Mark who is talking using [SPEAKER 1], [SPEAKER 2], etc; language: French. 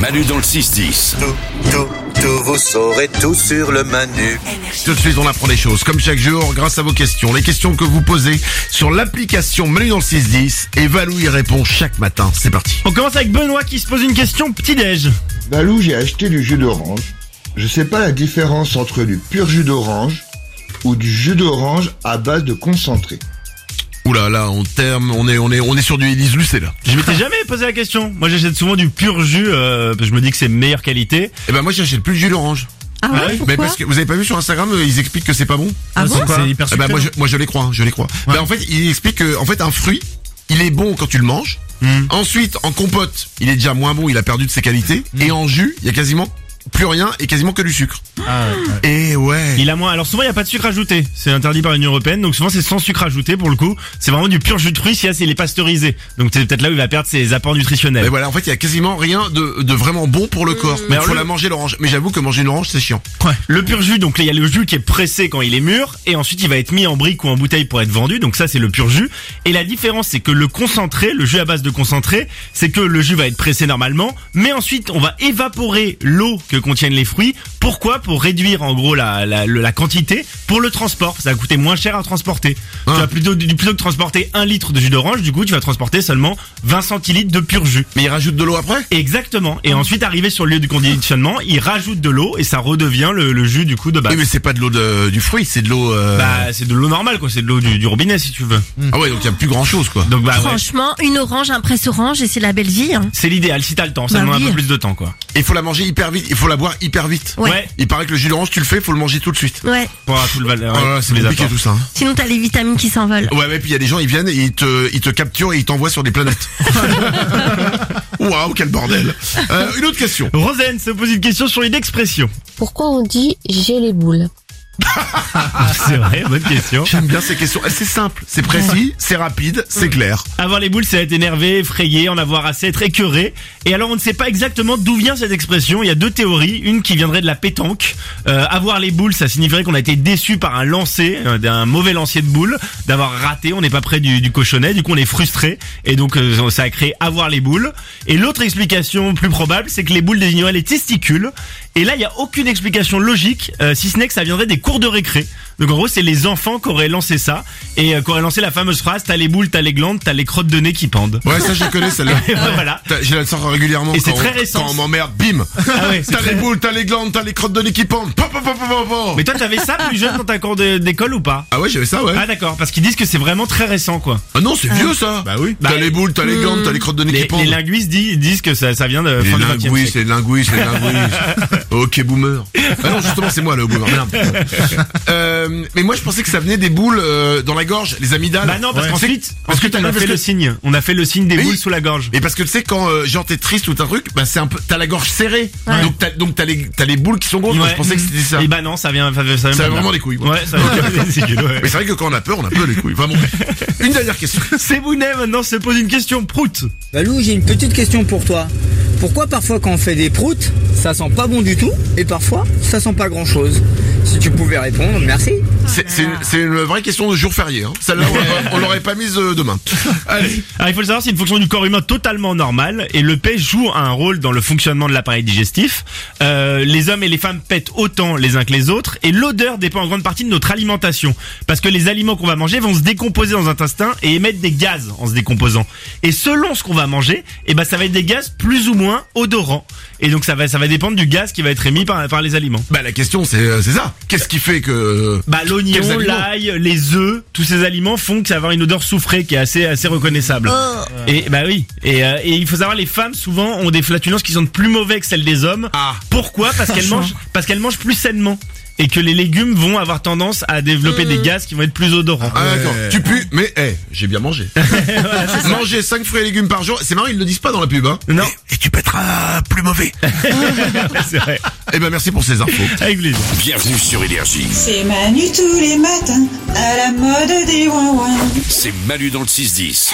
[SPEAKER 1] Manu dans le 6-10.
[SPEAKER 2] Tout, tout, tout, vous saurez tout sur le Manu.
[SPEAKER 3] Tout de suite, on apprend des choses, comme chaque jour, grâce à vos questions. Les questions que vous posez sur l'application Menu dans le 610, et Valou y répond chaque matin. C'est parti.
[SPEAKER 4] On commence avec Benoît qui se pose une question petit-déj.
[SPEAKER 5] Balou, j'ai acheté du jus d'orange. Je sais pas la différence entre du pur jus d'orange ou du jus d'orange à base de concentré.
[SPEAKER 3] Oula, là, on terme, on est, on est, on est sur du Élise Lucet, là.
[SPEAKER 4] Je m'étais jamais posé la question. Moi j'achète souvent du pur jus, euh, parce que je me dis que c'est meilleure qualité.
[SPEAKER 3] Eh ben, moi, j'achète plus de jus d'orange.
[SPEAKER 6] Ah
[SPEAKER 4] Ah oui,
[SPEAKER 6] ouais,
[SPEAKER 3] Mais
[SPEAKER 6] pourquoi
[SPEAKER 3] parce que vous avez pas vu sur Instagram, euh, ils expliquent que c'est pas bon.
[SPEAKER 6] Ah bon
[SPEAKER 4] c'est quoi C'est hyper
[SPEAKER 3] Eh ben, moi,
[SPEAKER 4] sucré,
[SPEAKER 3] je, moi, je les crois, hein, je les crois.
[SPEAKER 4] Ouais.
[SPEAKER 3] Ben, en fait, ils expliquent que, en fait, un fruit, il est bon quand tu le manges.
[SPEAKER 4] Hmm.
[SPEAKER 3] Ensuite, en compote, il est déjà moins bon, il a perdu de ses qualités. Et en jus, il y a quasiment plus rien et quasiment que du sucre.
[SPEAKER 4] Ah, ouais, ouais.
[SPEAKER 3] Et ouais.
[SPEAKER 4] Il a moins. Alors souvent il n'y a pas de sucre ajouté. C'est interdit par l'Union Européenne. Donc souvent c'est sans sucre ajouté pour le coup. C'est vraiment du pur jus de fruits. Si là, c'est- il est pasteurisé. Donc c'est peut-être là où il va perdre ses apports nutritionnels.
[SPEAKER 3] Mais voilà, en fait, il y a quasiment rien de, de vraiment bon pour le corps. Mais
[SPEAKER 4] alors
[SPEAKER 3] faut
[SPEAKER 4] le-
[SPEAKER 3] la manger l'orange. Mais j'avoue que manger une orange, c'est chiant.
[SPEAKER 4] Ouais. Le pur jus, donc là, il y a le jus qui est pressé quand il est mûr, et ensuite il va être mis en brique ou en bouteille pour être vendu, donc ça c'est le pur jus. Et la différence c'est que le concentré, le jus à base de concentré, c'est que le jus va être pressé normalement, mais ensuite on va évaporer l'eau que contiennent les fruits. Pourquoi Pour réduire en gros la, la, le- la quantité pour le transport. Ça va coûter moins cher à transporter.
[SPEAKER 3] Hein.
[SPEAKER 4] Tu vas plutôt, plutôt que transporter un litre de jus d'orange, du coup tu vas transporter seulement 20 centilitres de pur jus.
[SPEAKER 3] Mais il rajoute de l'eau après
[SPEAKER 4] Exactement. Et ensuite, arrivé sur le lieu du conditionnement, il rajoute de l'eau et ça redevient le, le jus du coup de base.
[SPEAKER 3] Oui, mais c'est pas de l'eau de- du fruit, c'est de l'eau. euh,
[SPEAKER 4] Bah, c'est de l'eau normale, quoi. C'est de l'eau du, du robinet, si tu veux.
[SPEAKER 3] Ah ouais, donc il y a plus grand chose quoi.
[SPEAKER 4] Donc, bah, ouais.
[SPEAKER 6] Franchement, une orange, un presse-orange, et c'est la belle vie. hein.
[SPEAKER 4] C'est l'idéal, si t'as le temps. Ça
[SPEAKER 6] Bah
[SPEAKER 4] demande un
[SPEAKER 6] oui.
[SPEAKER 4] peu plus de temps, quoi.
[SPEAKER 3] Il faut la manger hyper vite, il faut la boire hyper vite.
[SPEAKER 6] Ouais.
[SPEAKER 3] Il paraît que le jus d'orange, tu le fais, faut le manger tout de suite.
[SPEAKER 6] Ouais.
[SPEAKER 4] Pour avoir tout le valeur.
[SPEAKER 3] Ah là là, c'est compliqué tout ça. hein.
[SPEAKER 6] Sinon, t'as les vitamines qui s'envolent.
[SPEAKER 3] Ouais, mais puis il y a des gens, ils viennent et ils te, ils te capturent et ils t'envoient sur des planètes. Waouh, quel bordel. Euh, une autre question.
[SPEAKER 4] Rosen se pose une question sur une expression.
[SPEAKER 7] Pourquoi on dit j'ai les boules
[SPEAKER 3] Ah.
[SPEAKER 4] c'est vrai, bonne question.
[SPEAKER 3] J'aime bien ces questions. C'est simple, c'est précis, c'est rapide, c'est clair.
[SPEAKER 4] Avoir les boules, c'est être énervé, effrayé, en avoir assez, être écœuré. Et alors, on ne sait pas exactement d'où vient cette expression. Il y a deux théories. Une qui viendrait de la pétanque. Euh, avoir les boules, ça signifierait qu'on a été déçu par un lancer, euh, d'un mauvais lancier de boules, d'avoir raté. On n'est pas près du, du cochonnet. Du coup, on est frustré. Et donc, euh, ça a créé avoir les boules. Et l'autre explication plus probable, c'est que les boules désigneraient les testicules. Et là, il n'y a aucune explication logique, euh, si ce n'est que ça viendrait des cours de récré. Donc en gros, c'est les enfants qui auraient lancé ça et euh, qui auraient lancé la fameuse phrase "T'as les boules, t'as les glandes, t'as les crottes de nez qui pendent".
[SPEAKER 3] Ouais, ça je connais celle-là.
[SPEAKER 4] Et ben voilà.
[SPEAKER 3] T'as- J'ai la sors régulièrement
[SPEAKER 4] Et
[SPEAKER 3] quand,
[SPEAKER 4] c'est très
[SPEAKER 3] on-
[SPEAKER 4] récent.
[SPEAKER 3] quand on m'emmerde, bim
[SPEAKER 4] Ah ouais, c'est
[SPEAKER 3] T'as
[SPEAKER 4] très-
[SPEAKER 3] les boules, t'as les glandes, t'as les crottes de nez qui pendent. Pop, pop, pop, pop, pop.
[SPEAKER 4] Mais toi, t'avais ça plus jeune dans ta cour de- d'école ou pas
[SPEAKER 3] Ah ouais, j'avais ça, ouais.
[SPEAKER 4] Ah d'accord, parce qu'ils disent que c'est vraiment très récent quoi.
[SPEAKER 3] Ah non, c'est vieux ça. Bah oui. T'as
[SPEAKER 4] Bah,
[SPEAKER 3] les boules, t'as les glandes, t'as les crottes de nez
[SPEAKER 4] Les,
[SPEAKER 3] qui pendent.
[SPEAKER 4] les linguistes disent, disent que ça, ça vient de
[SPEAKER 3] Les
[SPEAKER 4] fin du 20e
[SPEAKER 3] linguistes,
[SPEAKER 4] siècle.
[SPEAKER 3] les linguistes, les linguistes. ok, boomer. Ah non, justement, c'est moi le boomer. Merde. Euh, mais moi, je pensais que ça venait des boules euh, dans la gorge, les amygdales.
[SPEAKER 4] Bah non, parce
[SPEAKER 3] Ouais.
[SPEAKER 4] qu'ensuite,
[SPEAKER 3] parce que
[SPEAKER 4] ensuite,
[SPEAKER 3] t'as
[SPEAKER 4] on a
[SPEAKER 3] parce
[SPEAKER 4] fait
[SPEAKER 3] que-
[SPEAKER 4] le signe. On a fait le signe des
[SPEAKER 3] Oui.
[SPEAKER 4] boules sous la gorge.
[SPEAKER 3] Mais parce que tu sais quand euh, genre t'es triste ou t'as un truc, bah c'est un peu t'as la gorge serrée.
[SPEAKER 6] Ouais.
[SPEAKER 3] Donc t'as donc t'as les t'as les boules qui sont grosses. Moi,
[SPEAKER 4] Ouais.
[SPEAKER 3] je pensais que c'était ça.
[SPEAKER 4] Et bah non, ça vient, ça vient, ça vient
[SPEAKER 3] Ça
[SPEAKER 4] pas
[SPEAKER 3] a
[SPEAKER 4] de là.
[SPEAKER 3] vraiment les couilles. moi.
[SPEAKER 4] Ouais, ça vient des testicules, ouais.
[SPEAKER 3] Mais c'est vrai que quand on a peur, on a peu les couilles. Vraiment. Une dernière question.
[SPEAKER 4] C'est Bounet maintenant se pose une question prout.
[SPEAKER 8] Valou, j'ai une petite question pour toi. Pourquoi parfois quand on fait des proutes, ça sent pas bon du tout et parfois ça sent pas grand chose Si tu pouvais répondre, merci.
[SPEAKER 3] C'est c'est une, c'est une vraie question de jour férié. Hein. Celle-là, on l'aurait pas- on l'aurait pas mise euh, demain. Allez.
[SPEAKER 4] Alors il faut le savoir, c'est une fonction du corps humain totalement normale et le pet joue un rôle dans le fonctionnement de l'appareil digestif. Euh, les hommes et les femmes pètent autant les uns que les autres et l'odeur dépend en grande partie de notre alimentation parce que les aliments qu'on va manger vont se décomposer dans notre intestin et émettre des gaz en se décomposant. Et selon ce qu'on va manger, eh ben ça va être des gaz plus ou moins odorants et donc ça va ça va dépendre du gaz qui va être émis par par les aliments.
[SPEAKER 3] Bah la question c'est euh, c'est ça. Qu'est-ce qui fait que euh,
[SPEAKER 4] Bah
[SPEAKER 3] Quels
[SPEAKER 4] l'oignon,
[SPEAKER 3] aliments
[SPEAKER 4] l'ail, les œufs, tous ces aliments font que ça va avoir une odeur soufrée qui est assez assez reconnaissable. Et bah oui. Et, euh, et il faut savoir les femmes souvent ont des flatulences qui sentent plus mauvais que celles des hommes.
[SPEAKER 3] Ah.
[SPEAKER 4] Pourquoi Parce qu'elles mangent parce qu'elles mangent plus sainement et que les légumes vont avoir tendance à développer des gaz qui vont être plus odorants.
[SPEAKER 3] Ah d'accord, tu pues, mais eh, j'ai bien mangé. Manger 5 fruits et légumes par jour, c'est marrant, ils le disent pas dans la pub. Hein.
[SPEAKER 4] Non,
[SPEAKER 3] Et tu pèteras plus mauvais.
[SPEAKER 4] c'est vrai.
[SPEAKER 3] Eh ben merci pour ces infos.
[SPEAKER 4] Avec plaisir.
[SPEAKER 1] Bienvenue sur Énergie.
[SPEAKER 9] C'est Manu tous les matins, à la mode des ouin
[SPEAKER 1] C'est Manu dans le 6-10.